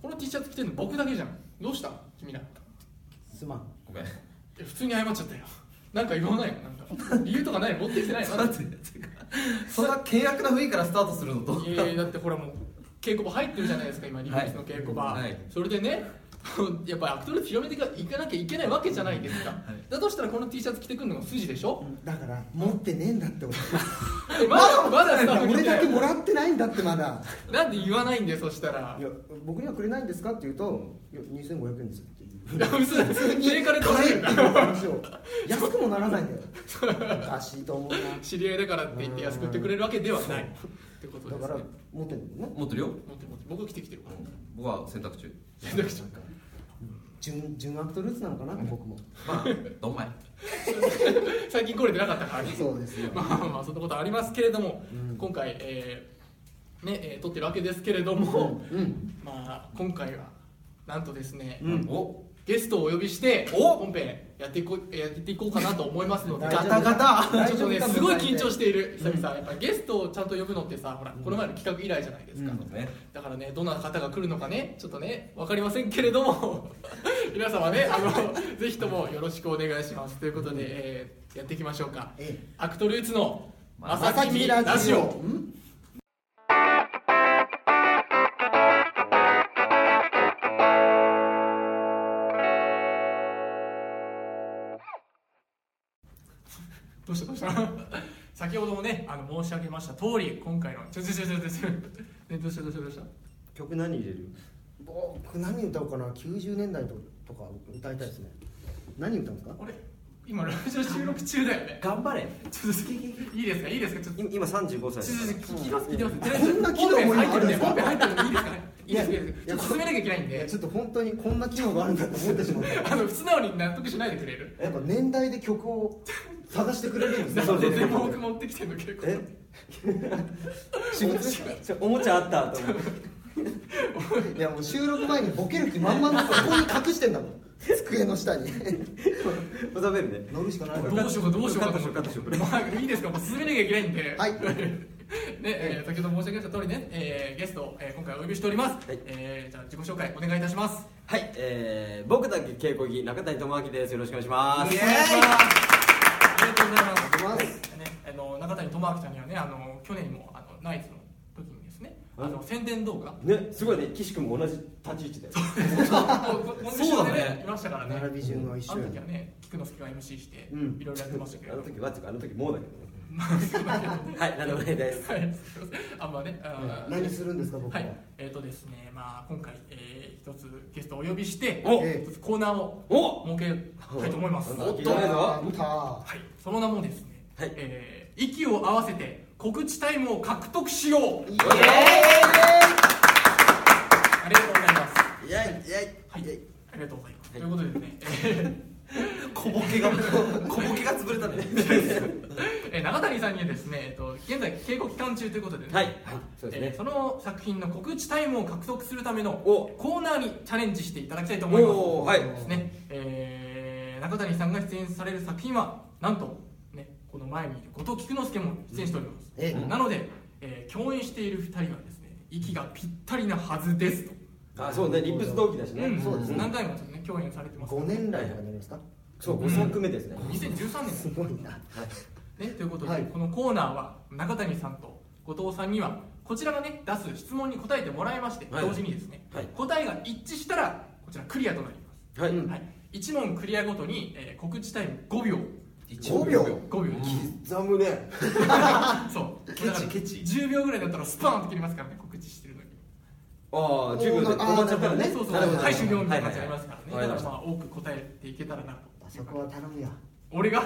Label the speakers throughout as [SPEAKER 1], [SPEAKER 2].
[SPEAKER 1] この T シャツ着てるの僕だけじゃんどうした君ら
[SPEAKER 2] すまん
[SPEAKER 3] ごめん
[SPEAKER 1] え普通に謝っちゃったよなんか言わないのなんか理由とかないの持ってきてないの
[SPEAKER 3] だってそんな険悪な雰囲気からスタートするのどう
[SPEAKER 1] いやいやだってほらもう稽古場入ってるじゃないですか今リリースの稽古場、
[SPEAKER 3] はいはい
[SPEAKER 1] それでね やっぱりアクトル広めていかなきゃいけないわけじゃないですか、だとしたらこの T シャツ着てくるのが筋でし ょ
[SPEAKER 2] だから持ってねえんだって俺
[SPEAKER 1] まだまだスタッフに
[SPEAKER 2] 俺
[SPEAKER 1] 言って
[SPEAKER 2] だけもらってないんだってまだ
[SPEAKER 1] なんで言わないんだよそしたら
[SPEAKER 2] いや僕にはくれないんですかって言うといや2500円ですって言う
[SPEAKER 1] いや嘘だ定価で取られる
[SPEAKER 2] 買えっていう話を安くもならないんだよおかしいと思うな
[SPEAKER 1] 知り合いだからって言って安く売ってくれるわけではないってことですね
[SPEAKER 2] だから持ってんだよね
[SPEAKER 3] 持ってるよ
[SPEAKER 1] 持って持って僕は着てきてるから
[SPEAKER 3] 僕は選択中
[SPEAKER 1] 選択肢
[SPEAKER 2] 純純アクトルーツなのかな僕も
[SPEAKER 3] まあどんまい
[SPEAKER 1] 最近来れてなかったからね
[SPEAKER 2] そうですよ
[SPEAKER 1] まあまあそんなことありますけれども、
[SPEAKER 2] うん
[SPEAKER 1] 今回、えーねえー撮ってるわけですけれども、
[SPEAKER 2] うん
[SPEAKER 1] まあ、今回はなんとですね、
[SPEAKER 2] うん
[SPEAKER 3] お
[SPEAKER 1] ゲストをお呼びして
[SPEAKER 3] お
[SPEAKER 1] 本編やっていこうやっていこうかなと思いますので
[SPEAKER 2] 大
[SPEAKER 1] ち
[SPEAKER 2] 丈
[SPEAKER 1] ょ
[SPEAKER 2] 夫
[SPEAKER 1] っ
[SPEAKER 3] ガタガタ
[SPEAKER 2] 大
[SPEAKER 1] と
[SPEAKER 2] 丈
[SPEAKER 1] ね
[SPEAKER 2] 夫か
[SPEAKER 1] すごい緊張
[SPEAKER 2] し
[SPEAKER 1] している久々やっぱりゲストをちゃんと呼ぶのってさほら
[SPEAKER 2] うん
[SPEAKER 1] この前の企画以来じゃないですか、
[SPEAKER 2] うん
[SPEAKER 3] ね
[SPEAKER 1] だからねどんな方が来るのかねちょっとね分かりませんけれども 皆様ねあのぜひともよろしくお願いしますということで、えーやっていきましょうか
[SPEAKER 2] え
[SPEAKER 1] アクトルーツの「ま
[SPEAKER 3] ま
[SPEAKER 1] さ
[SPEAKER 3] さ
[SPEAKER 1] きみラジオ
[SPEAKER 2] うん」
[SPEAKER 1] どうしたどうした 先ほどもねあの申し上げました通り今回のちょちょちょちょちょちょ、ね、どうしたどうしたどうした
[SPEAKER 2] 曲何入れる僕何歌おうかな90年代ととか歌いたいですね何歌うんですか
[SPEAKER 1] あれ今ラジオ収録中だよね
[SPEAKER 3] 頑張れ
[SPEAKER 1] ちょっといいですかいいですかちょっと
[SPEAKER 4] 今今35歳
[SPEAKER 1] ちょちょちょ聞きます聞いてます
[SPEAKER 2] こんな機能も
[SPEAKER 1] 本編入ってるんで
[SPEAKER 2] 今あ
[SPEAKER 1] 本
[SPEAKER 2] る
[SPEAKER 1] 編入って
[SPEAKER 2] んですか
[SPEAKER 1] るんでいいですかねいいですいいです
[SPEAKER 2] い
[SPEAKER 1] ちょ
[SPEAKER 2] や
[SPEAKER 1] っと進めなきゃいけないん
[SPEAKER 2] いや
[SPEAKER 1] で
[SPEAKER 2] ちょっと本当にこんな機能があるんだと思ってしまった
[SPEAKER 1] あの素直に納得しないでくれる
[SPEAKER 2] やっぱ年代で曲を探してくれるんですね
[SPEAKER 1] 全然
[SPEAKER 2] そう
[SPEAKER 1] 僕持ってきてるの結構
[SPEAKER 2] え
[SPEAKER 4] ちょおもちゃあったと思って
[SPEAKER 2] いやもう収録前にボケる気満々のここに隠してんだもん机の下に
[SPEAKER 4] お食べるね
[SPEAKER 2] 乗るしかない
[SPEAKER 1] どうしようかどうしようかと思っ
[SPEAKER 4] カットしようカット
[SPEAKER 1] てまあいいですかもう進めなきゃいけないんでは
[SPEAKER 2] はい
[SPEAKER 1] ね、えー先ほど申し上げました通りね、えーゲストを、えー今回お呼びしております、
[SPEAKER 4] はい
[SPEAKER 1] えーじゃあ自己紹介お願いいたします
[SPEAKER 4] はい、えー、僕だけ稽古着中谷智明ですよろしくお願いします
[SPEAKER 1] お願いしますありがとうございます
[SPEAKER 2] お願いし
[SPEAKER 1] ね、あの中谷智明さんにはねあの去年もあのナイツの時にですねあの宣伝動画
[SPEAKER 4] ねすごいね岸君も同じ立ち位置で
[SPEAKER 1] そう
[SPEAKER 3] だね
[SPEAKER 1] いましたからね
[SPEAKER 2] 並び順は一緒
[SPEAKER 1] あの
[SPEAKER 2] や
[SPEAKER 1] 時はね菊之助が MC して
[SPEAKER 4] うん
[SPEAKER 1] いろいろやってましたけ
[SPEAKER 4] あ
[SPEAKER 1] ど
[SPEAKER 4] の時はっていうかあの時もうだけ
[SPEAKER 1] は
[SPEAKER 4] どねはいなるほどです
[SPEAKER 1] いあんまねあー
[SPEAKER 2] 何するんですか僕
[SPEAKER 1] は、
[SPEAKER 2] はい
[SPEAKER 1] えっ、とですね、まあ今回、えー、一つゲストをお呼びして、
[SPEAKER 4] お
[SPEAKER 1] えー一つコーナーを
[SPEAKER 4] お
[SPEAKER 1] 設けたいと思います。
[SPEAKER 4] お
[SPEAKER 1] は
[SPEAKER 4] お
[SPEAKER 1] い、
[SPEAKER 4] っと
[SPEAKER 2] やった
[SPEAKER 1] その名もですね、
[SPEAKER 4] はい
[SPEAKER 1] えー息を合わせて告知タイムを獲得しよう。
[SPEAKER 2] イエ
[SPEAKER 1] ありがとうございます。
[SPEAKER 4] いやいやい
[SPEAKER 1] はい、ありがとうございます。
[SPEAKER 4] はい
[SPEAKER 1] ということでですね、え
[SPEAKER 3] 小ボ ケが小ボケが潰れたね
[SPEAKER 1] ー えー中谷さんにはですね、えっ、と現在稽古期間中ということでね、
[SPEAKER 4] はいはいそうです
[SPEAKER 1] えー
[SPEAKER 4] ね
[SPEAKER 1] その作品の告知タイムを獲得するための
[SPEAKER 4] お
[SPEAKER 1] コーナーにチャレンジしていただきたいと思います。
[SPEAKER 4] おーはい
[SPEAKER 1] ですね、えー中谷さんが出演される作品はなんと、ね、この前にいる後藤菊之助も出演しております、
[SPEAKER 2] え
[SPEAKER 1] なので、えー共演している2人はですね息がぴったりなはずですと、
[SPEAKER 4] あそうねリップス同期だしね、
[SPEAKER 1] うん
[SPEAKER 2] そうですね
[SPEAKER 1] 何回もちょっとね共演されてます
[SPEAKER 2] 5年来とかになりますか
[SPEAKER 4] そう5作目ですね、
[SPEAKER 1] 2013年
[SPEAKER 2] すごいな
[SPEAKER 1] ね、ということで、
[SPEAKER 2] はい
[SPEAKER 1] このコーナーは中谷さんと後藤さんにはこちらがね出す質問に答えてもらいまして、
[SPEAKER 4] はい
[SPEAKER 1] 同時にですね、
[SPEAKER 4] はい
[SPEAKER 1] 答えが一致したらこちらクリアとなりま
[SPEAKER 4] はい、
[SPEAKER 2] うん
[SPEAKER 1] す、はい、1問クリアごとに、えー告知タイム5秒
[SPEAKER 2] 5秒
[SPEAKER 1] 5秒、
[SPEAKER 4] ザムね
[SPEAKER 1] そう
[SPEAKER 3] ケチ
[SPEAKER 1] だから
[SPEAKER 3] ケチ
[SPEAKER 1] 10秒ぐらいだったらスパーンと切りますからね告知してるのに
[SPEAKER 4] ああ10秒で止まっちゃったらね
[SPEAKER 2] え
[SPEAKER 1] そうそう
[SPEAKER 2] なるほど
[SPEAKER 1] はい終了みたいな感じありますすからね、
[SPEAKER 4] はいはい
[SPEAKER 1] だからまあ多く答えていけたらなと
[SPEAKER 2] あそこは頼むよ
[SPEAKER 1] 俺 が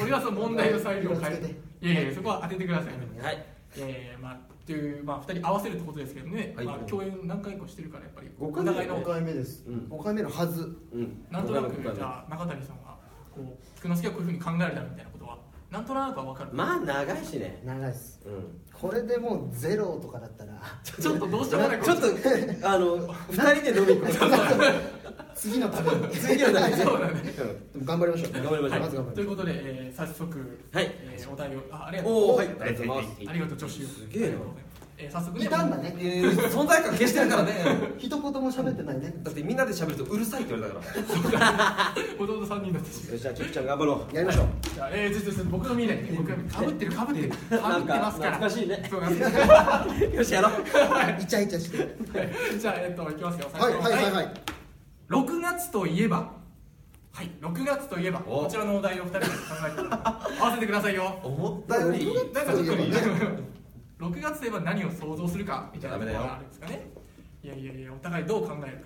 [SPEAKER 1] 俺がその問題の裁量を変え
[SPEAKER 2] 気をつけ
[SPEAKER 1] ていやいやそこは当ててくださいね
[SPEAKER 4] はい
[SPEAKER 1] えーまあ、という、まあ、2人合わせるってことですけどね、
[SPEAKER 3] はい
[SPEAKER 1] まあ、共演何回かしてるからやっぱり
[SPEAKER 4] 五
[SPEAKER 1] お
[SPEAKER 4] 回目
[SPEAKER 1] 互いの
[SPEAKER 2] 5回目です
[SPEAKER 4] うん
[SPEAKER 2] 5回目のはず
[SPEAKER 4] うん
[SPEAKER 1] なんとなく
[SPEAKER 4] 他の他
[SPEAKER 1] じ
[SPEAKER 4] の
[SPEAKER 1] ゃあ中谷さんはこう菊之助はこういうふうに考えるだみたいなことはなんとなくは分かる、
[SPEAKER 4] まあ長いしね
[SPEAKER 2] 長いです
[SPEAKER 4] うん
[SPEAKER 2] これでもうゼロとかだったら
[SPEAKER 1] ちょっとどうしてもない
[SPEAKER 4] ちょっとあの二人で飲み行こ
[SPEAKER 2] 次の旅に
[SPEAKER 4] う次の段階で
[SPEAKER 1] そうだね
[SPEAKER 2] で も頑張りましょう
[SPEAKER 4] 頑張りましょう
[SPEAKER 2] まず頑張
[SPEAKER 1] とい
[SPEAKER 2] り
[SPEAKER 1] う
[SPEAKER 2] まし
[SPEAKER 1] こ
[SPEAKER 2] ょ
[SPEAKER 1] とで、えー、早速、
[SPEAKER 4] はい
[SPEAKER 1] えーお題をあありがとう
[SPEAKER 4] おおはいありがとうございます
[SPEAKER 1] ありがとう助手
[SPEAKER 4] すげえな
[SPEAKER 1] ありがとうございますえー早速ね
[SPEAKER 2] いたんだね
[SPEAKER 3] えー存在感消してるからね
[SPEAKER 2] 一言も喋ってないね
[SPEAKER 3] だってみんなで喋るとうるさいって言われたから
[SPEAKER 1] もともと3人だったし
[SPEAKER 4] よしじゃあキクちゃん頑張ろう
[SPEAKER 2] やりましょう
[SPEAKER 1] じゃあえー、ちょっとちょっと僕の見ないね僕かぶってるかぶってるか
[SPEAKER 4] な
[SPEAKER 1] ぶっ
[SPEAKER 4] ん
[SPEAKER 1] て
[SPEAKER 4] か
[SPEAKER 1] ますから
[SPEAKER 4] 懐かしいね
[SPEAKER 1] そう懐かしい
[SPEAKER 4] よしやろう
[SPEAKER 2] イチャイチャして
[SPEAKER 1] じゃあ、えっと、いきますよ。
[SPEAKER 2] はいはいはいはい
[SPEAKER 1] 六月といえば。はい、六月といえば、
[SPEAKER 3] お
[SPEAKER 1] こちらのお題を二人で考えて。合わせてくださいよ。
[SPEAKER 3] 思ったより
[SPEAKER 1] なんかちょっと
[SPEAKER 2] そういえばね
[SPEAKER 1] 六月といえば、何を想像するかみたいなところ
[SPEAKER 3] ダメだよ
[SPEAKER 1] があるんですかね。いやいやいや、お互いどう考えるか。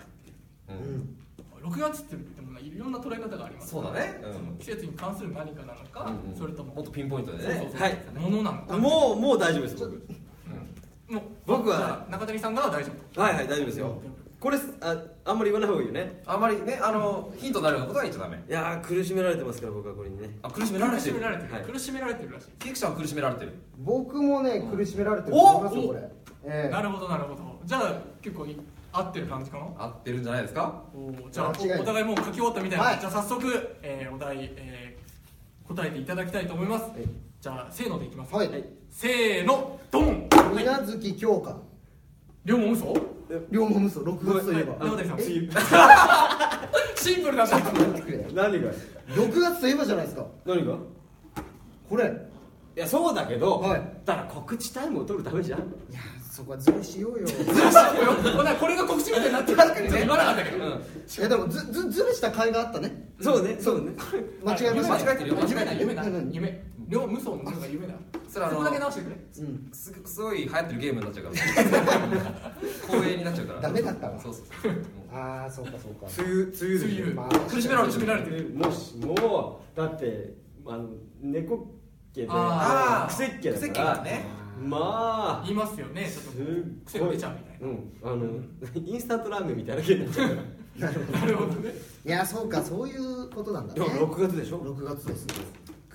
[SPEAKER 3] う
[SPEAKER 2] うんん
[SPEAKER 1] 六月って言ってもな、いろんな捉え方があります。
[SPEAKER 3] そうだねうん
[SPEAKER 1] その季節に関する何かなのか、
[SPEAKER 3] うんうん
[SPEAKER 1] それとも。
[SPEAKER 3] もっとピンポイントで
[SPEAKER 1] そうそう
[SPEAKER 3] ね
[SPEAKER 1] そう
[SPEAKER 4] はい
[SPEAKER 1] ものなのか。
[SPEAKER 4] もうもう大丈夫です僕
[SPEAKER 1] もう、
[SPEAKER 4] 僕は
[SPEAKER 1] じゃあ中谷さんなら大丈夫。
[SPEAKER 4] はいはい大丈夫ですよこれああんまり言わない方がいいよね
[SPEAKER 3] あんまりねあのヒントになるようなことは言っちゃダメ
[SPEAKER 4] いやー苦しめられてますから僕はこれにね
[SPEAKER 3] あ苦しめられて
[SPEAKER 1] 苦し
[SPEAKER 3] る
[SPEAKER 1] められて
[SPEAKER 4] はい
[SPEAKER 1] る。苦しめられてるらしい。
[SPEAKER 3] キクちゃんは苦しめられてる
[SPEAKER 2] 僕もね苦しめられてると
[SPEAKER 3] お
[SPEAKER 2] 思いますよこれええ
[SPEAKER 1] なるほどなるほどじゃあ結構い合ってる感じかな
[SPEAKER 3] 合ってるんじゃないですか
[SPEAKER 1] おーじゃあ
[SPEAKER 2] 間違いない
[SPEAKER 1] おお互いもう書き終わったみたいなので、
[SPEAKER 2] はい
[SPEAKER 1] じゃあ早速、えーお題、えー答えていただきたいと思います、じゃあせーのでいきます、
[SPEAKER 2] はい
[SPEAKER 4] はい
[SPEAKER 1] せーのドン
[SPEAKER 2] 水無月京香
[SPEAKER 1] 両門嘘
[SPEAKER 2] 両門無双6月といえば
[SPEAKER 1] ごめんはい中谷さん
[SPEAKER 2] え
[SPEAKER 1] シンプルだった
[SPEAKER 2] 待ってくれ
[SPEAKER 4] 何が
[SPEAKER 2] 6月といえばじゃないですか
[SPEAKER 4] 何が
[SPEAKER 2] これ
[SPEAKER 4] いやそうだけど、
[SPEAKER 2] はい
[SPEAKER 4] だから告知タイムを取るためじゃん
[SPEAKER 2] いやそこはずるしようよ
[SPEAKER 1] ほ らこれが告知みたいになってる
[SPEAKER 2] 確かにね
[SPEAKER 1] ちょっと言わなかったけど、
[SPEAKER 2] いやでもずずずるした甲斐があったね
[SPEAKER 4] そうねそうね
[SPEAKER 2] 間違えました
[SPEAKER 1] あ
[SPEAKER 3] 間違えてるよ
[SPEAKER 1] 夢だ夢だ
[SPEAKER 2] うんうん
[SPEAKER 1] 夢両無双の夢が夢だ
[SPEAKER 3] それあの
[SPEAKER 1] こだけ直してくれ
[SPEAKER 2] うん
[SPEAKER 3] すすごい流行ってるゲームになっちゃうから光栄になっちゃうから
[SPEAKER 2] ダメだったわ
[SPEAKER 3] そうそうそう
[SPEAKER 2] ああそうかそうか
[SPEAKER 4] 梅雨梅雨
[SPEAKER 1] 梅雨
[SPEAKER 2] まあ
[SPEAKER 1] 苦しめられてる苦しめられてる
[SPEAKER 4] もしもうだってあの猫毛で
[SPEAKER 1] あ
[SPEAKER 3] ー
[SPEAKER 4] 癖っ毛だから
[SPEAKER 3] 癖っ毛がね
[SPEAKER 4] まあ
[SPEAKER 1] 言いますよねちょっ
[SPEAKER 4] すっ
[SPEAKER 1] と癖
[SPEAKER 4] ご
[SPEAKER 1] が
[SPEAKER 4] い
[SPEAKER 1] 出ちゃうみたいな
[SPEAKER 4] うんあの インスタントラーメンみたいな毛になっちゃうか
[SPEAKER 2] な
[SPEAKER 4] ら
[SPEAKER 2] るほど
[SPEAKER 1] なるほどね
[SPEAKER 2] いやそうかそういうことなんだね
[SPEAKER 4] でも6月でしょ
[SPEAKER 2] 6月です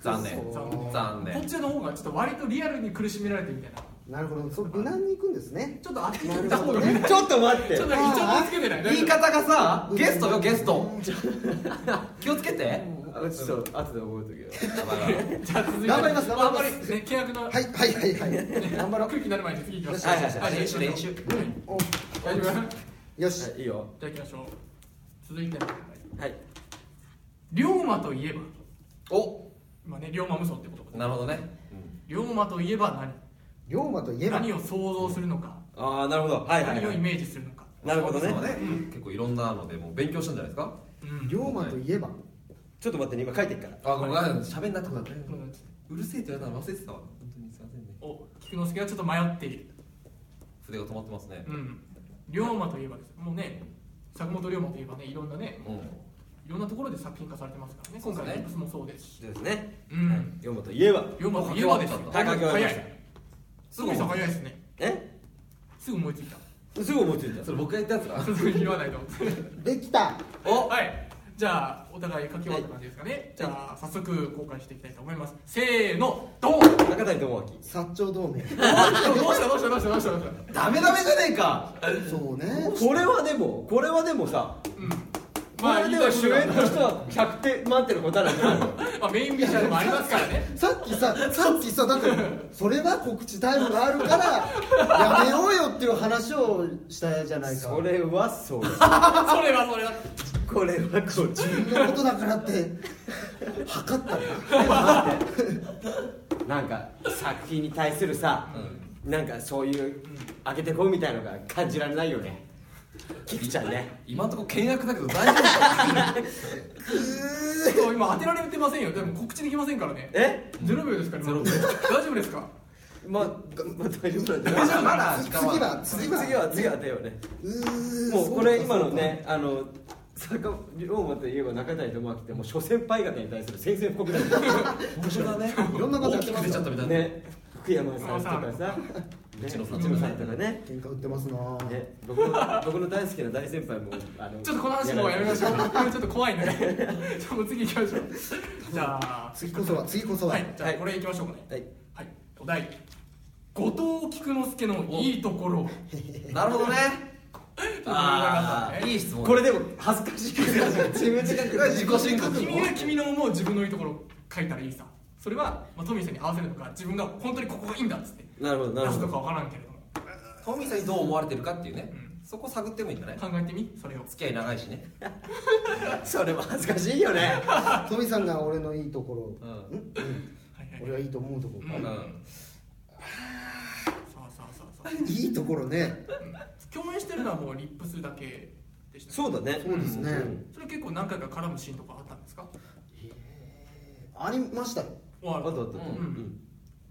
[SPEAKER 3] 残念
[SPEAKER 2] そう
[SPEAKER 3] 残
[SPEAKER 1] こっ
[SPEAKER 3] 念
[SPEAKER 1] ちの方がちょっと割とリアルに苦しめられてるみたいな
[SPEAKER 2] なるほどそう無難に行くんですね
[SPEAKER 1] ちょっとあっちに
[SPEAKER 2] な
[SPEAKER 1] 行
[SPEAKER 2] る
[SPEAKER 1] った
[SPEAKER 2] ほ
[SPEAKER 1] 方
[SPEAKER 2] ど
[SPEAKER 1] が
[SPEAKER 2] ね
[SPEAKER 4] ちょっと待って
[SPEAKER 1] ちょっと一応つけてない
[SPEAKER 3] 言い方がさゲストよゲスト気をつけて
[SPEAKER 4] あちょっと後で覚えとけよ
[SPEAKER 3] やばいな
[SPEAKER 1] じゃあ続いて
[SPEAKER 2] 頑張ります頑張ります
[SPEAKER 1] あんまりね契約の
[SPEAKER 2] はいはいはいはい
[SPEAKER 1] 頑張ろう空気になる前に次行きましょう
[SPEAKER 4] はいはいはい
[SPEAKER 1] じゃあ
[SPEAKER 3] 練習練習
[SPEAKER 1] はい
[SPEAKER 2] お
[SPEAKER 1] 大丈夫じゃ
[SPEAKER 2] よし
[SPEAKER 4] はいいいよ
[SPEAKER 1] あ行きましょう続いての問題
[SPEAKER 4] はい
[SPEAKER 1] 龍馬といえば
[SPEAKER 3] お
[SPEAKER 1] まあね龍馬無双ってこと
[SPEAKER 3] なるほどね
[SPEAKER 1] 龍馬といえば
[SPEAKER 2] 龍馬といえ
[SPEAKER 1] 何
[SPEAKER 2] ば
[SPEAKER 1] 何を想像するのか
[SPEAKER 4] ああなるほどはいはい
[SPEAKER 1] 何を
[SPEAKER 4] は
[SPEAKER 1] イ
[SPEAKER 4] い
[SPEAKER 1] メージするのか
[SPEAKER 4] なるほどね
[SPEAKER 3] そうだ結構いろんなのでもう勉強したんじゃないですか
[SPEAKER 1] うん
[SPEAKER 2] 龍馬といえば
[SPEAKER 4] ちょっと待ってね今書いてるから
[SPEAKER 3] あごめんなさい喋んなってことだね
[SPEAKER 1] そうなんです
[SPEAKER 3] うるせえって言われたの忘れてたわ本当にすいませんね
[SPEAKER 1] お菊之助はちょっと迷っている
[SPEAKER 3] 筆が止まってますね
[SPEAKER 1] うん龍馬といえばですもうね坂本龍馬といえばねいろんなね
[SPEAKER 3] うん
[SPEAKER 1] いろんなところで作品化されてますからね
[SPEAKER 3] そう
[SPEAKER 1] 今
[SPEAKER 3] で
[SPEAKER 1] 回
[SPEAKER 3] すね
[SPEAKER 1] の「X もそうですし
[SPEAKER 4] ですね
[SPEAKER 1] うん
[SPEAKER 4] 読むといえば
[SPEAKER 1] 龍馬といえばですよ
[SPEAKER 4] はい書き終わ
[SPEAKER 1] 早
[SPEAKER 4] りました
[SPEAKER 1] いすぐさん早いですね
[SPEAKER 4] え
[SPEAKER 1] すぐ思いついた
[SPEAKER 4] すぐ思いついた
[SPEAKER 3] それ僕が言ったやつだ
[SPEAKER 1] すぐ 言わないと思って
[SPEAKER 2] できた
[SPEAKER 1] おはいじゃあお互い書き終わった感じですかねじゃあ早速公開していきたいと思いますせーのドンどう
[SPEAKER 4] 中谷智明
[SPEAKER 2] 薩長同 盟
[SPEAKER 1] したどうしたどうしたどうしたどうし
[SPEAKER 3] ダメダメじゃねえか
[SPEAKER 2] そうね
[SPEAKER 4] これはでもこれはでもさ
[SPEAKER 1] たうん
[SPEAKER 4] これで
[SPEAKER 1] 言
[SPEAKER 4] は
[SPEAKER 1] たい
[SPEAKER 4] い主
[SPEAKER 1] ことだ
[SPEAKER 4] 演の人は100点満点の答えなんじゃないの
[SPEAKER 1] まあメインビジュアルもありますから ね
[SPEAKER 2] さっきささっきさだってそれは告知タイムがあるからやめようよっていう話をしたじゃないか
[SPEAKER 4] それはそう
[SPEAKER 1] それはそれは
[SPEAKER 4] これはこっち
[SPEAKER 2] 自分のことだからって測ったの
[SPEAKER 4] なんか作品に対するさ、なんかそういう開けてこうみたいのが感じられないよねキクちゃんね
[SPEAKER 3] 今んとこ険悪だけど大丈夫か
[SPEAKER 1] ちょっと今当てられてませんよでも告知できませんからね
[SPEAKER 4] え
[SPEAKER 1] ゼロ秒ですから今
[SPEAKER 3] ゼロ秒
[SPEAKER 1] 大丈夫ですか
[SPEAKER 4] まあ、まあ、大丈 夫なんじゃない
[SPEAKER 3] 大丈夫まだ時
[SPEAKER 2] 次
[SPEAKER 3] 間 は
[SPEAKER 2] は次
[SPEAKER 4] 次
[SPEAKER 2] は
[SPEAKER 4] は次はだよね
[SPEAKER 2] うーん
[SPEAKER 4] もうこれ
[SPEAKER 2] そうか
[SPEAKER 4] 今のねあの坂龍馬といえば中谷智明ってもう諸先輩方に対する宣戦布告だよ
[SPEAKER 3] 面白だね
[SPEAKER 2] いろんなことやってます
[SPEAKER 3] 大きく出ちゃったみたいな
[SPEAKER 4] ね福山さんとかさ
[SPEAKER 3] うちのさん
[SPEAKER 4] ね内野さんとかね
[SPEAKER 2] 喧嘩売ってますなぁ
[SPEAKER 4] ね僕の 僕の大好きな大先輩もあの
[SPEAKER 1] ちょっとこの話もうやめましょう
[SPEAKER 4] やられ
[SPEAKER 1] これちょっと怖 いんでねじゃあもう次行きましょうじゃあ
[SPEAKER 2] 次こそは次こそは、
[SPEAKER 1] はいじゃあこれ行きましょうかね
[SPEAKER 4] てはい
[SPEAKER 1] はいお題後藤菊之助のいいところ
[SPEAKER 3] なるほどね
[SPEAKER 1] あー
[SPEAKER 3] いい質問
[SPEAKER 4] これでも恥ずかし いから自分で書く
[SPEAKER 3] 自己申告
[SPEAKER 1] 君が君の思う自分のいいところを書いたらいいさそれは、まあ、トミーさんに合わせるのか自分が本当にここがいいんだっつって
[SPEAKER 4] なるほどなる
[SPEAKER 1] 出
[SPEAKER 4] ほ
[SPEAKER 1] すの
[SPEAKER 4] ど
[SPEAKER 1] か分からんけれども
[SPEAKER 3] トミーさんにどう思われてるかっていうね
[SPEAKER 1] うん
[SPEAKER 3] そこ探ってもいいんじゃない
[SPEAKER 1] 考えてみそれを
[SPEAKER 3] 付き合い長いしね
[SPEAKER 4] それも恥ずかしいよね
[SPEAKER 2] トミさんが俺のいいとこ
[SPEAKER 3] う
[SPEAKER 2] ろ、
[SPEAKER 3] ん
[SPEAKER 2] うん、
[SPEAKER 1] はいはい
[SPEAKER 2] 俺はいいと思うとこ
[SPEAKER 1] う
[SPEAKER 3] うんん
[SPEAKER 1] そうそうそうそう
[SPEAKER 2] ろいいところね
[SPEAKER 1] 共演してるのはもうリップスだけでしたね
[SPEAKER 4] そうだね
[SPEAKER 2] そうですね、
[SPEAKER 4] うん
[SPEAKER 1] それ結構何回か絡むシーンとかあったんですか
[SPEAKER 2] ありましたよ
[SPEAKER 4] あとあと
[SPEAKER 1] う
[SPEAKER 4] うんん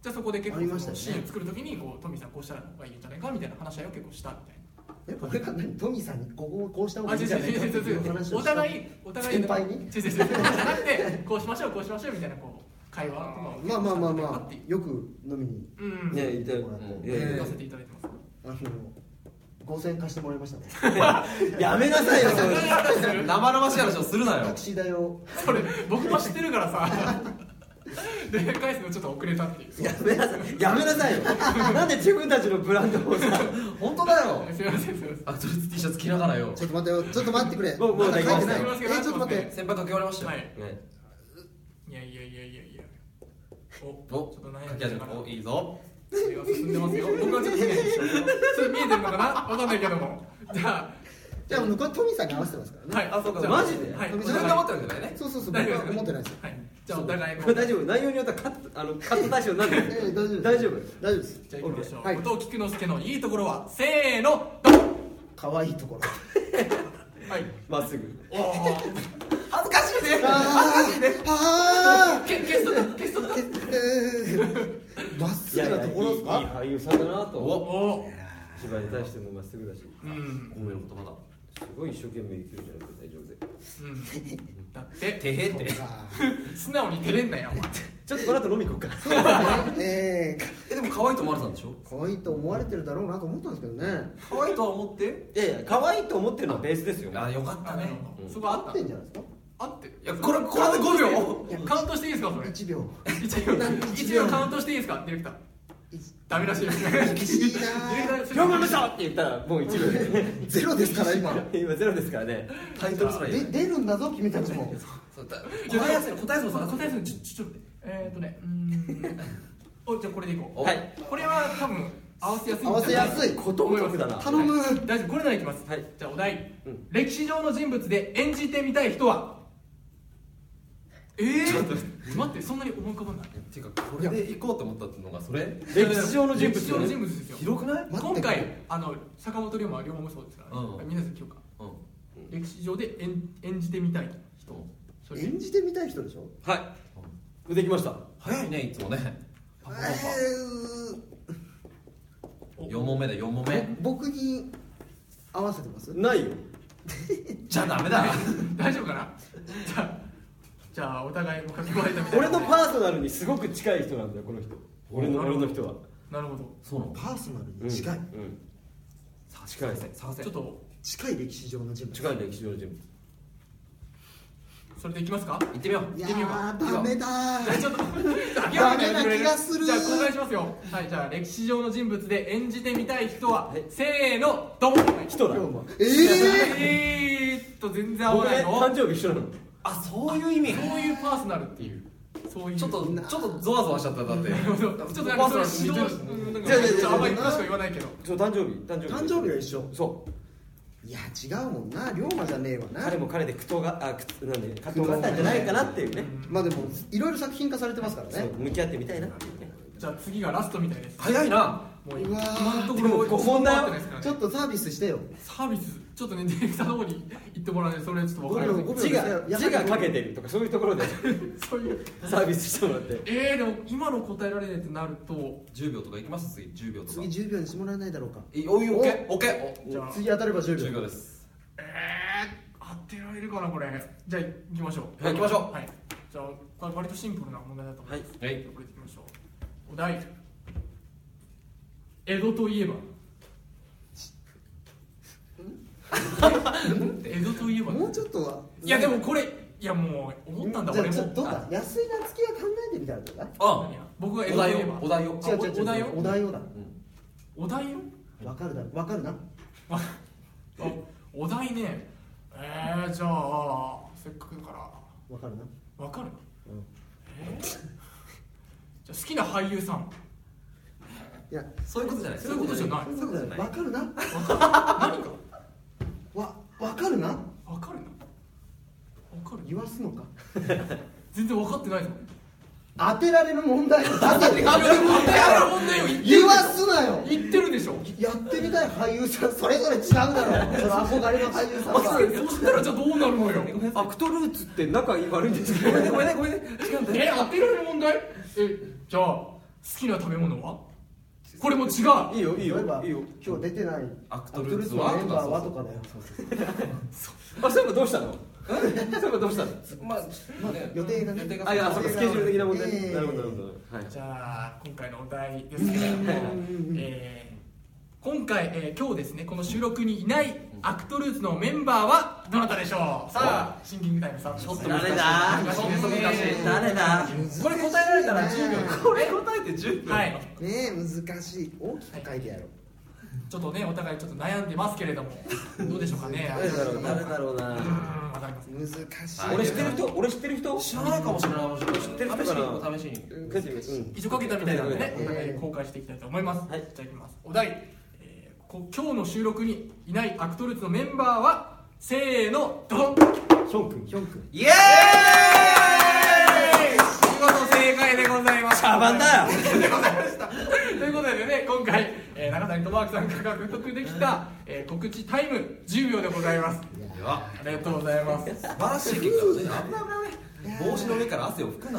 [SPEAKER 1] じゃあそこで結
[SPEAKER 2] ありま
[SPEAKER 1] 構
[SPEAKER 2] し
[SPEAKER 1] そ
[SPEAKER 2] た
[SPEAKER 1] の
[SPEAKER 2] よね
[SPEAKER 1] シーン作るときにこうトミーさんこうしたらがいいんじゃないかみたいな話し合いを結構したみたいな
[SPEAKER 2] え俺が何トミーさんにここをこうした方が
[SPEAKER 1] あ、
[SPEAKER 2] いい
[SPEAKER 1] 違
[SPEAKER 2] ん
[SPEAKER 1] う
[SPEAKER 2] じゃない
[SPEAKER 1] 違
[SPEAKER 2] か
[SPEAKER 1] う
[SPEAKER 2] って
[SPEAKER 1] 違
[SPEAKER 2] いうう
[SPEAKER 1] 違
[SPEAKER 2] 話
[SPEAKER 1] う。
[SPEAKER 2] を
[SPEAKER 1] お
[SPEAKER 2] した
[SPEAKER 1] 互いお互い
[SPEAKER 2] 先輩に
[SPEAKER 1] 違う違う違う。じゃなくてこうしましょうこうしましょうみたいなこう会話とかを
[SPEAKER 2] まあまあまあま
[SPEAKER 1] ってい
[SPEAKER 2] あよく飲みに
[SPEAKER 1] ううん。
[SPEAKER 4] ねい
[SPEAKER 2] 行
[SPEAKER 4] た
[SPEAKER 2] って
[SPEAKER 4] よ
[SPEAKER 2] もらって、
[SPEAKER 3] うん
[SPEAKER 4] いやいや
[SPEAKER 1] 行
[SPEAKER 4] い
[SPEAKER 1] かせていただいてます。
[SPEAKER 2] あの5000円貸してもらいましたね
[SPEAKER 4] やめなさいよそれ
[SPEAKER 3] 生々しい話をするなよ
[SPEAKER 2] タクシー代を
[SPEAKER 1] それ僕も知ってるからさ。で返すのちょっと遅れたっていう。
[SPEAKER 4] やめなさいやめなさいよなんで自分たちのブランドをさ
[SPEAKER 3] 本当だよ
[SPEAKER 1] すみませんすみま
[SPEAKER 3] アクトレス T シャツ着ながらよ
[SPEAKER 2] ちょっと待ってよちょっと待ってくれ
[SPEAKER 4] もうもう
[SPEAKER 2] まだ書いてない
[SPEAKER 1] 書きますよ
[SPEAKER 2] えちょっと待っ
[SPEAKER 1] 書き
[SPEAKER 2] て
[SPEAKER 3] 先輩駆け寄られまし
[SPEAKER 1] せん。
[SPEAKER 3] た
[SPEAKER 1] は
[SPEAKER 3] よ
[SPEAKER 1] い。
[SPEAKER 4] ね
[SPEAKER 1] いやいやいやいやいや。お
[SPEAKER 3] お
[SPEAKER 1] ちょっと悩
[SPEAKER 3] 書
[SPEAKER 1] ん
[SPEAKER 3] き
[SPEAKER 1] で
[SPEAKER 3] 始
[SPEAKER 1] る
[SPEAKER 3] め
[SPEAKER 1] か
[SPEAKER 3] た
[SPEAKER 1] ら
[SPEAKER 3] おいいぞ
[SPEAKER 1] 進んでますよ。僕はちょっとね、ちょっと見えてるのかなわかんないけども。じゃ
[SPEAKER 2] じゃあ向こうはトミーさんに合わせてますから
[SPEAKER 1] あ
[SPEAKER 2] ね、
[SPEAKER 1] はい。
[SPEAKER 3] あそうか
[SPEAKER 1] じゃ
[SPEAKER 4] マジで
[SPEAKER 1] はい。
[SPEAKER 3] 自分が持ってるわけじゃないね
[SPEAKER 2] そうそうそう
[SPEAKER 1] 大
[SPEAKER 2] 僕
[SPEAKER 1] 丈夫
[SPEAKER 2] は思ってないですよ
[SPEAKER 1] はい。じゃあお互いの。
[SPEAKER 4] これ大丈夫内容によってはカットあのカット対象になる
[SPEAKER 2] ええ大丈夫です
[SPEAKER 4] 大丈夫
[SPEAKER 2] 大丈夫です
[SPEAKER 1] じゃあ行きましょう。
[SPEAKER 2] OK はい
[SPEAKER 1] 後藤菊之助のいいところはせーのドン。
[SPEAKER 2] 可愛いところ
[SPEAKER 1] はい。
[SPEAKER 4] まっすぐ
[SPEAKER 1] おお。
[SPEAKER 3] 恥ずかしいね
[SPEAKER 2] あーあ
[SPEAKER 1] け消しとった消しとった。
[SPEAKER 2] ーえーまっすぐなところです
[SPEAKER 4] い
[SPEAKER 2] か
[SPEAKER 4] やいやいいいい俳優さんだなと
[SPEAKER 1] お
[SPEAKER 4] 思う
[SPEAKER 1] お。
[SPEAKER 4] 芝居に対してもまっすぐだしす
[SPEAKER 1] うん
[SPEAKER 3] おめの言葉
[SPEAKER 4] ごい一生懸命生きるじゃなくて大丈夫
[SPEAKER 1] う
[SPEAKER 4] で
[SPEAKER 1] ん。だって
[SPEAKER 3] だてへって
[SPEAKER 2] あ
[SPEAKER 1] 素直に照れんなよ。お前
[SPEAKER 4] ちょっとこの後飲み行こうか
[SPEAKER 2] ーえー
[SPEAKER 3] えでも可愛いと思われたんでしょ
[SPEAKER 2] 可愛いと思われてるだろうなと思ったんですけどね
[SPEAKER 3] 可愛いとは思って
[SPEAKER 4] いやいや可愛いと思ってるのはベースですよ
[SPEAKER 3] あよかっ
[SPEAKER 1] あ
[SPEAKER 3] た
[SPEAKER 1] な
[SPEAKER 3] ね
[SPEAKER 1] るほど
[SPEAKER 4] うん
[SPEAKER 1] そこあ
[SPEAKER 2] 合
[SPEAKER 1] っ
[SPEAKER 2] ったて。んじゃないですか
[SPEAKER 1] あってる。
[SPEAKER 3] いやこれこれで5秒
[SPEAKER 1] カウントしていいですかそれ。
[SPEAKER 2] 1秒
[SPEAKER 1] 一秒一秒カウントしていいですかディレクター。ダメらしいですね。
[SPEAKER 2] 厳しいなー
[SPEAKER 1] ディレクター
[SPEAKER 4] 今日もましたって言ったらもう1秒で
[SPEAKER 2] ゼロですから今
[SPEAKER 4] 今ゼロですからね
[SPEAKER 3] タイトルすら
[SPEAKER 2] で
[SPEAKER 3] 言えない
[SPEAKER 2] 出るんだぞ君たちも
[SPEAKER 3] そうだ
[SPEAKER 1] 答
[SPEAKER 3] 答
[SPEAKER 1] え
[SPEAKER 3] え
[SPEAKER 1] や
[SPEAKER 3] や
[SPEAKER 1] す
[SPEAKER 3] す
[SPEAKER 1] い
[SPEAKER 3] い
[SPEAKER 1] の
[SPEAKER 3] の
[SPEAKER 1] 答
[SPEAKER 3] 答
[SPEAKER 1] えやすいの答え
[SPEAKER 3] えやすいの
[SPEAKER 1] やすいのちょちょっと待ってえーっとねうーん おじゃあこれでいこう
[SPEAKER 3] お
[SPEAKER 4] はい
[SPEAKER 1] これは多分合わせやすい
[SPEAKER 2] 合わせやすい
[SPEAKER 4] ことも得だな
[SPEAKER 2] 頼む
[SPEAKER 1] 大丈夫これならいきます、
[SPEAKER 4] はい
[SPEAKER 1] じゃあお題、
[SPEAKER 4] うん
[SPEAKER 1] 歴史上の人物で演じてみたい人はえー、ちょっと待ってそんなに思い浮かばない
[SPEAKER 3] ていうかこれで行こうと思ったのがそれ
[SPEAKER 4] 歴史上の人物
[SPEAKER 1] 歴史上の人物ですよ
[SPEAKER 3] 広くない
[SPEAKER 2] 待って
[SPEAKER 1] 今回あの坂本龍馬は龍馬もそうですから、ね
[SPEAKER 3] うん
[SPEAKER 1] 皆さん今日か
[SPEAKER 3] うん
[SPEAKER 1] 歴史上で演演じてみたい人それで
[SPEAKER 2] 演じてみたい人でしょ
[SPEAKER 4] はいできました
[SPEAKER 3] 早いねいつもねパパパ
[SPEAKER 1] お
[SPEAKER 3] 4問目だ4問目
[SPEAKER 2] 僕に合わせてます
[SPEAKER 4] ないよ
[SPEAKER 3] じゃあダメだ
[SPEAKER 1] 大丈夫かな じゃあじゃあお互いもかけまれたみたいな
[SPEAKER 4] 俺のパーソナルにすごく近い人なんだよこの人俺の俺の人は
[SPEAKER 1] なるほど
[SPEAKER 3] そうなの
[SPEAKER 2] パーソナル
[SPEAKER 4] うん
[SPEAKER 2] に近い、
[SPEAKER 4] うん近い
[SPEAKER 3] 探せ
[SPEAKER 1] ちょっと
[SPEAKER 2] 近い歴史上の人物
[SPEAKER 4] 近い歴史上の人物
[SPEAKER 1] それでいきますか
[SPEAKER 3] 行ってみよう
[SPEAKER 2] い
[SPEAKER 1] 行っ
[SPEAKER 2] や
[SPEAKER 1] てみようか
[SPEAKER 2] ーダメだー
[SPEAKER 1] ちょっと
[SPEAKER 2] ダメな気がする
[SPEAKER 1] じゃあ公開しますよはいじゃあ歴史上の人物で演じてみたい人は
[SPEAKER 4] はい
[SPEAKER 1] せーのドン
[SPEAKER 4] 人だ
[SPEAKER 2] 龍馬
[SPEAKER 4] よ
[SPEAKER 2] えー、
[SPEAKER 1] えーっと全然合わ
[SPEAKER 4] 僕
[SPEAKER 1] な
[SPEAKER 4] ね
[SPEAKER 1] いの
[SPEAKER 4] 誕生日一緒なの
[SPEAKER 3] あそういう意味
[SPEAKER 1] そういうパーソナルっていうそういう
[SPEAKER 3] ちょっとちょっとゾワゾワしちゃっただって
[SPEAKER 1] なるほどちょっとなんかそれ指導うんなんか
[SPEAKER 4] 違う違う違う
[SPEAKER 1] ちょっとあんまり詳しくは言わないけど
[SPEAKER 4] そう誕生日誕生日
[SPEAKER 2] 誕生日が一緒
[SPEAKER 4] そう
[SPEAKER 2] いや違うもんな龍馬じゃねえわな
[SPEAKER 4] 彼も彼で苦闘があ苦闘なんで葛藤があったんじゃないかなっていうね
[SPEAKER 2] まあでもいろいろ作品化されてますから
[SPEAKER 4] そう
[SPEAKER 2] ね
[SPEAKER 4] 向き合ってみたいなっていうね
[SPEAKER 1] じゃあ次がラストみたいです
[SPEAKER 3] 早いな
[SPEAKER 1] もう今
[SPEAKER 2] うわー
[SPEAKER 1] のところ
[SPEAKER 4] でも問題は
[SPEAKER 1] 終わってないですからね
[SPEAKER 2] ちょっとサービスしてよ
[SPEAKER 1] サービスちょっとねディレクターの方に行ってもらうのでそれはちょっと分かりません
[SPEAKER 2] ごめん
[SPEAKER 4] 字が字がかけてるとかそういうところで
[SPEAKER 1] そういう
[SPEAKER 4] サービスしてもらって
[SPEAKER 1] えー、でも今の答えられないってなると
[SPEAKER 3] 10秒とかいきます次10秒とか
[SPEAKER 2] 次10秒にしてもらえないだろうか
[SPEAKER 3] えおいオッケーオッケー
[SPEAKER 1] じゃあ
[SPEAKER 2] 次当たれば
[SPEAKER 3] お
[SPEAKER 2] 10
[SPEAKER 3] 10
[SPEAKER 2] 秒
[SPEAKER 3] 秒です
[SPEAKER 1] えー、当てられるかなこれじゃあ行きましょう
[SPEAKER 3] はい行きましょう
[SPEAKER 1] はいじゃあこれ割とシンプルな問題だと思います
[SPEAKER 3] はいはい
[SPEAKER 1] じゃあこれ行きましょうお題江戸といえば江戸といえば
[SPEAKER 2] もうちょっとはい
[SPEAKER 1] やでもこれいやもう思ったんだ
[SPEAKER 2] じゃ
[SPEAKER 1] 俺
[SPEAKER 2] あ
[SPEAKER 1] も
[SPEAKER 2] ちょっとどうだ
[SPEAKER 1] あ
[SPEAKER 2] 安井なつきは考えてみたらどうだ
[SPEAKER 3] あ
[SPEAKER 1] 何や僕が江
[SPEAKER 3] お
[SPEAKER 1] 戸とい
[SPEAKER 3] 題
[SPEAKER 1] え
[SPEAKER 3] をお題を
[SPEAKER 2] 違う違う違う
[SPEAKER 1] お題を
[SPEAKER 2] お題をだ
[SPEAKER 1] ばお題よ
[SPEAKER 2] わかるだわかるな
[SPEAKER 1] あお題ねえー、じゃあせっかくだから
[SPEAKER 2] わかるな
[SPEAKER 1] わかる
[SPEAKER 2] うん
[SPEAKER 1] えー、じゃあ好きな俳優さん
[SPEAKER 2] いや
[SPEAKER 3] そういうことじゃない
[SPEAKER 1] そういうことじゃない
[SPEAKER 3] そういうことじゃない
[SPEAKER 2] わかるな
[SPEAKER 1] 何が
[SPEAKER 2] わわかるな
[SPEAKER 1] 分かるな分かる
[SPEAKER 2] 言わすのか
[SPEAKER 1] 全然分かってないぞ
[SPEAKER 2] 当てられる問題を出せって
[SPEAKER 1] ある問題ある問題を言って
[SPEAKER 2] 言わすなよ
[SPEAKER 1] 言ってるでしょ
[SPEAKER 2] やってみたい俳優さんそれぞれ違うだろうその憧れの俳優さん
[SPEAKER 1] そ
[SPEAKER 2] は
[SPEAKER 1] したらじゃあどうなるのよ
[SPEAKER 4] アクトルーツって仲悪いんですけ
[SPEAKER 3] ご
[SPEAKER 4] ど
[SPEAKER 3] めんねごめんねごめんね違うんだよ
[SPEAKER 1] え当てられる問題えじゃあ好きな食べ物はこれも違う
[SPEAKER 4] いいよいいよ
[SPEAKER 2] 例えば
[SPEAKER 4] いいよ
[SPEAKER 2] 今日出てない
[SPEAKER 3] アクトルーツ
[SPEAKER 2] ア
[SPEAKER 3] は
[SPEAKER 2] クトルーツのメンバーはとかだよ
[SPEAKER 4] あそういえばどうしたのえそういえばどうしたの
[SPEAKER 3] まあまあ
[SPEAKER 2] 予定がね
[SPEAKER 3] 予定が
[SPEAKER 4] あいやそうかスケジュール的な問
[SPEAKER 2] え
[SPEAKER 4] 題
[SPEAKER 2] え
[SPEAKER 4] なるほどなるほどはい
[SPEAKER 1] じゃあ今回のお題ですけれども、えー今回、えー今日ですねこの収録にいないアクトルーツのメンバーはどなたでしょうさあシンキングタイム3分ちょっ
[SPEAKER 4] と難しい誰だ
[SPEAKER 1] 難しいですね
[SPEAKER 4] 誰だ
[SPEAKER 1] これ答えられたら10秒です
[SPEAKER 4] これ答えて10分
[SPEAKER 1] はい
[SPEAKER 2] ねえ難しい大きく書いてやろう
[SPEAKER 1] ちょっとねお互いちょっと悩んでますけれどもどうでしょうかね
[SPEAKER 4] 誰だろう誰だろうな
[SPEAKER 1] うんわかります
[SPEAKER 2] 難しい
[SPEAKER 3] はい
[SPEAKER 4] 俺知ってる人俺知ってる人
[SPEAKER 3] 知らないかもしれない
[SPEAKER 4] 知ってる人かな
[SPEAKER 3] 試しに試しに
[SPEAKER 4] うん帰ってみるうん
[SPEAKER 1] 一応かけたみたいなのでね、
[SPEAKER 2] うん
[SPEAKER 1] お互い公開していきたいと思います、
[SPEAKER 4] はい
[SPEAKER 1] じゃあいきますお題、えーこ今日の収録にいないアクトルーツのメンバーはせーのドン
[SPEAKER 4] ション君
[SPEAKER 2] ヒョン君
[SPEAKER 3] イエーイ
[SPEAKER 1] 見事正解でございました
[SPEAKER 4] 茶番だよ
[SPEAKER 1] でございましたということでね今回、えー中谷智明さんが獲得できた、えー告知タイム10秒でございます
[SPEAKER 3] では
[SPEAKER 1] ありがとうございますい
[SPEAKER 3] 素晴らしい結果だね危ない危ない危ない帽子の上から汗を拭くな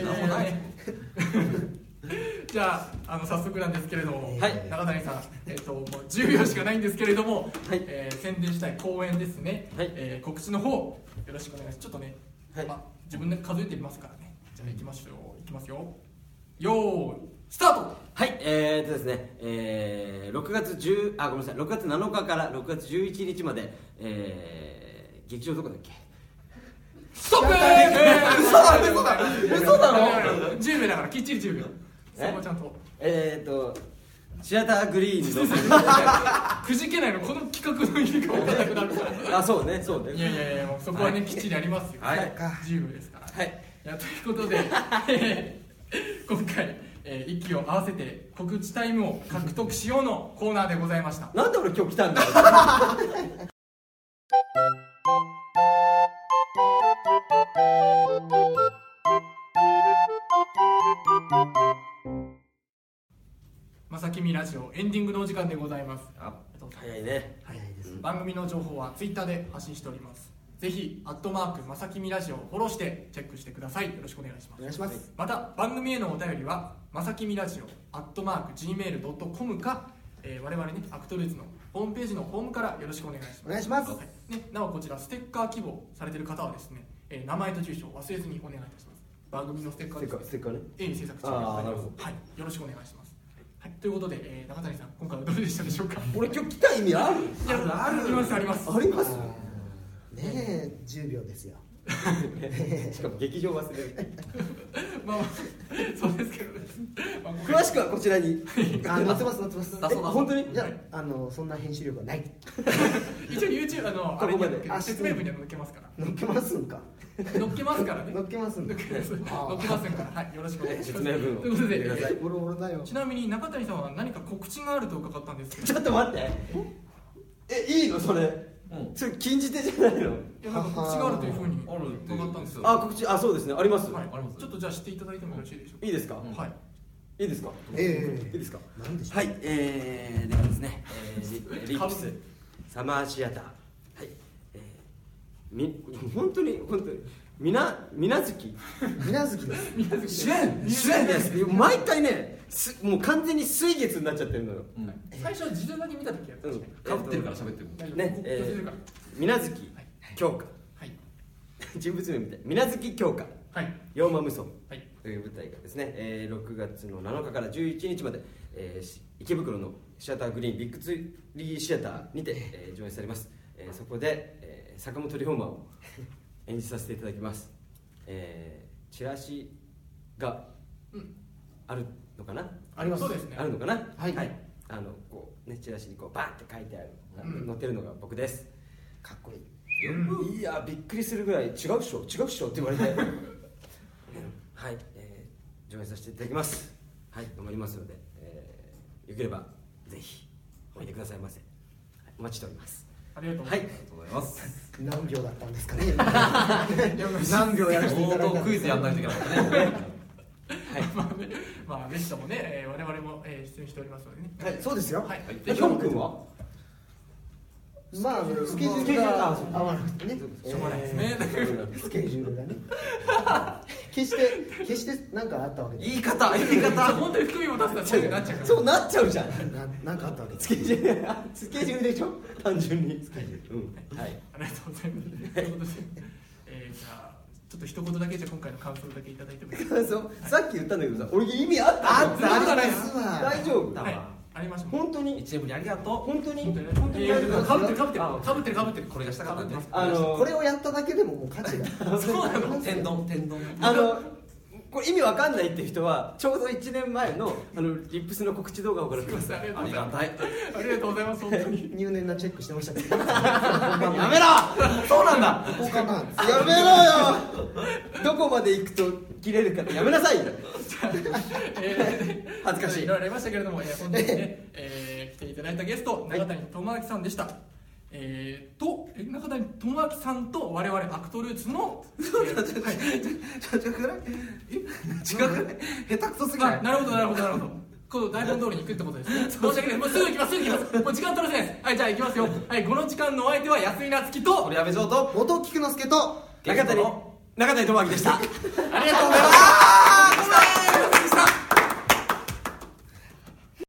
[SPEAKER 1] やいやい
[SPEAKER 3] な
[SPEAKER 1] や
[SPEAKER 3] んもない
[SPEAKER 1] ねじゃああの早速なんですけれども、
[SPEAKER 4] はい
[SPEAKER 1] 中谷さん、えっともう10秒しかないんですけれども、
[SPEAKER 4] はい
[SPEAKER 1] えー宣伝したい公演ですね、
[SPEAKER 4] はい
[SPEAKER 1] えー告知の方よろしくお願いしますちょっとね、
[SPEAKER 4] はい
[SPEAKER 1] まあ、自分で数えてみますからねじゃあ行きましょういきますよよーいスタート
[SPEAKER 4] はい、えー、とですね、えー、6月10あごめんなさい、6月7日から6月11日まで、えー、劇場どこだっけ？
[SPEAKER 1] ストップ
[SPEAKER 4] 嘘だ嘘だ
[SPEAKER 1] ろ ?10 秒だからきっちり10秒そ
[SPEAKER 4] え
[SPEAKER 1] こはちゃんと
[SPEAKER 4] えー、とシアターグリーン
[SPEAKER 1] くじけないのこの企画の意味が分からなくなるから
[SPEAKER 4] のあそうねそう
[SPEAKER 1] いや
[SPEAKER 4] ね。
[SPEAKER 1] いやいやもうそこはね、きっちりありますよ
[SPEAKER 3] はい
[SPEAKER 1] 10秒ですから
[SPEAKER 4] はい
[SPEAKER 1] いやということでえー 今回、えー息を合わせて告知タイムを獲得しようのコーナーでございました
[SPEAKER 4] なんで俺今日来たんだよ。
[SPEAKER 1] 「まさきみラジオ」エンディングのお時間でございます
[SPEAKER 3] あ
[SPEAKER 4] 早いね。
[SPEAKER 2] 早いです
[SPEAKER 1] 番組の情報はツイッターで発信しておりますぜひ「アットマークまさきみラジオ」をフォローしてチェックしてくださいよろしくお願いしま
[SPEAKER 2] お
[SPEAKER 1] す
[SPEAKER 2] 願いします
[SPEAKER 1] また番組へのお便りはまさきみラジオアットマーク Gmail.com か、えー、我々ねアクトルーツのホームページのフォームからよろしくお願いします
[SPEAKER 2] お願いします
[SPEAKER 1] はいね、なおこちらステッカー希望されている方はですね、えー名前と住所を忘れずにお願いいたします番組のステッカー
[SPEAKER 4] せっか
[SPEAKER 1] です
[SPEAKER 4] せっかね。
[SPEAKER 1] 鋭意制作中で
[SPEAKER 4] あーなる
[SPEAKER 1] ござい
[SPEAKER 4] ほ
[SPEAKER 1] ますはいよろしくお願いしますはい、ということで、えー中谷さん、今回はどうでしたでしょうか。
[SPEAKER 4] 俺今日来た意味ある？
[SPEAKER 1] いや、あるあります、あります。
[SPEAKER 4] あります。
[SPEAKER 2] ねえ10秒ですよ
[SPEAKER 4] しかも劇場忘れる。
[SPEAKER 1] まあ、まあ、そうですけどね。まあ、
[SPEAKER 4] 詳しくはこちらに。
[SPEAKER 2] あ載ってます載ってます
[SPEAKER 3] あそうだ
[SPEAKER 2] え
[SPEAKER 4] 本当に
[SPEAKER 2] いやあのそんな編集力はない
[SPEAKER 1] 一応 YouTube あのあ
[SPEAKER 4] こ
[SPEAKER 1] れ
[SPEAKER 4] こ
[SPEAKER 1] に
[SPEAKER 4] ま
[SPEAKER 1] は載
[SPEAKER 4] で
[SPEAKER 1] っけ
[SPEAKER 2] あ
[SPEAKER 1] 説明文には載っけますから
[SPEAKER 2] 載っけますんか
[SPEAKER 1] 載っけますから ね
[SPEAKER 2] 載っけますん
[SPEAKER 1] 載
[SPEAKER 2] か
[SPEAKER 1] っけます載っけますからはいよろしくお願いします
[SPEAKER 4] 説明文を
[SPEAKER 1] ということ
[SPEAKER 4] く ださ
[SPEAKER 1] で
[SPEAKER 2] ボロボロだよ
[SPEAKER 1] ちなみに中谷さんは何か告知があると伺ったんですけ
[SPEAKER 4] ち
[SPEAKER 1] ど
[SPEAKER 4] ょっと待って。えいいのそれ？
[SPEAKER 3] うん
[SPEAKER 4] それ禁じ手じゃないの？
[SPEAKER 1] いやなんか告知があるというふうに
[SPEAKER 3] あるって
[SPEAKER 1] 伺ったんですよ
[SPEAKER 4] あ告知あそうですねあります。
[SPEAKER 1] はい
[SPEAKER 3] あります
[SPEAKER 1] ちょっとじゃあ知っていただいてもよろしいでしょう
[SPEAKER 4] いいですか？
[SPEAKER 1] かはい
[SPEAKER 4] いいですか？
[SPEAKER 2] ええ
[SPEAKER 4] いいですか？
[SPEAKER 2] なんでしょう
[SPEAKER 4] はい、えー、ではですね、えーリ、リップスサマーシアター、はい、えー、み本当に本当にみなみなずき
[SPEAKER 2] 水無月です
[SPEAKER 4] 主演主演です。毎回ね、すもう完全に水月になっちゃってるのよ。
[SPEAKER 3] うん
[SPEAKER 1] 最初自動だけ見た時やった
[SPEAKER 4] うん
[SPEAKER 1] で、
[SPEAKER 3] かぶってるから喋ってる
[SPEAKER 1] 大丈夫
[SPEAKER 4] ね
[SPEAKER 1] 告知
[SPEAKER 4] え
[SPEAKER 1] す
[SPEAKER 4] ー
[SPEAKER 1] るから
[SPEAKER 4] みなずき
[SPEAKER 1] はい
[SPEAKER 4] 京香、
[SPEAKER 1] はい
[SPEAKER 4] 人物名みたい。みなずき京香、
[SPEAKER 1] はい
[SPEAKER 4] 妖魔無双
[SPEAKER 1] はい
[SPEAKER 4] という舞台がですね、えー、6月の7日から11日まで、えーし池袋のシアターグリーンビッグツリーシアターにて、えー上演されます、えーそこで、えー坂本龍馬を 演じさせていただきます、えーチラシが
[SPEAKER 1] うん
[SPEAKER 4] あるのかな、
[SPEAKER 2] あります
[SPEAKER 1] そうですね
[SPEAKER 4] あるのかな
[SPEAKER 2] はい
[SPEAKER 4] あのこうねチラシにこうバーンって書いてある、
[SPEAKER 1] うん
[SPEAKER 4] 載ってるのが僕です
[SPEAKER 2] かっこいい
[SPEAKER 4] いやびっくりするぐらい違うっしょ違うっしょって言わ れてはい、えー、上演させていただきますはい頑張りますので、えよければぜひおいでくださいませ、はいお待ちしております
[SPEAKER 1] ありがとうご
[SPEAKER 4] は
[SPEAKER 1] ざい
[SPEAKER 4] い
[SPEAKER 1] ます、
[SPEAKER 3] とうございます。
[SPEAKER 2] 何秒だったんですかね
[SPEAKER 4] 何秒やらせていた
[SPEAKER 3] 冒
[SPEAKER 4] だいた
[SPEAKER 3] 頭
[SPEAKER 4] ん
[SPEAKER 3] ク
[SPEAKER 4] で
[SPEAKER 3] イ
[SPEAKER 4] す
[SPEAKER 3] ズやんないといけなかったね。
[SPEAKER 1] まあね、まあ、ゲストもね、えー、我々も、えー、出演しておりますのでね。
[SPEAKER 2] はいそうですよ
[SPEAKER 1] はい。
[SPEAKER 4] え
[SPEAKER 1] で
[SPEAKER 4] ヒョン君は
[SPEAKER 2] まあスケジュールが合わなくてね
[SPEAKER 1] しょうがないですね。
[SPEAKER 2] スケジュールがね決して決して何かあったわけじ
[SPEAKER 3] 言い方、言い
[SPEAKER 1] あ、
[SPEAKER 3] 方。
[SPEAKER 1] 本当に含みも出すな、そういうのになっちゃうから。
[SPEAKER 4] そうなっちゃうじゃん
[SPEAKER 2] ゃないななんかあったわけです
[SPEAKER 4] スケジュールあスケジュールでしょ単純にスケジュールうんはい
[SPEAKER 1] ありがとうございます。ということで、えー、じゃあ、ちょっと一言だけ、じゃあ、今回の感想だけいただいてもいいですか。
[SPEAKER 4] そうさっき言ったんだけどさ俺意味あった
[SPEAKER 1] あったあったね
[SPEAKER 4] 大丈夫
[SPEAKER 3] あ
[SPEAKER 1] はい。ありました。
[SPEAKER 4] 本当に
[SPEAKER 3] 一年ぶりありがと
[SPEAKER 4] 本当に
[SPEAKER 1] 本当にね
[SPEAKER 4] 本当に大丈夫
[SPEAKER 1] かぶってる、かぶってる、かぶってる、かぶってる、
[SPEAKER 3] う。これがしたかったんで。
[SPEAKER 4] あの
[SPEAKER 2] これをやっただけでももう価値が
[SPEAKER 1] そうなの。
[SPEAKER 3] 天丼、天丼。
[SPEAKER 4] あのこれ意味わかんないって人はちょうど1年前のあのリップスの告知動画をご覧ください
[SPEAKER 3] ありがたい。
[SPEAKER 1] ありがとうございます。本当に。
[SPEAKER 2] 入念なチェックしてましたけど
[SPEAKER 4] やめろそうなんだ
[SPEAKER 2] ここかな
[SPEAKER 4] やめろよどこまで行くと切れるかやめなさい
[SPEAKER 1] えー
[SPEAKER 4] 恥ずかしい
[SPEAKER 1] ろいろありましたけれども、えー、本日 ね、えー、来ていただいたゲスト、中谷智明さんでした。えー、と、え中谷智明さんと我々アクトルーツの、えーはい
[SPEAKER 3] ちょちょくらい違くない下手くそすぎな
[SPEAKER 1] あ
[SPEAKER 3] い
[SPEAKER 1] なるほどなるほどなるほどこの台本通りに行くってことですね申し訳ないもうすぐ行きますすぐ行きますもう時間取らせないですはいじゃあ行きますよはいこの時間のお相手は安井なつきと
[SPEAKER 3] これやめちゃうと
[SPEAKER 2] 元木久之助と
[SPEAKER 4] 中谷中谷智明でした
[SPEAKER 1] ありがとうございます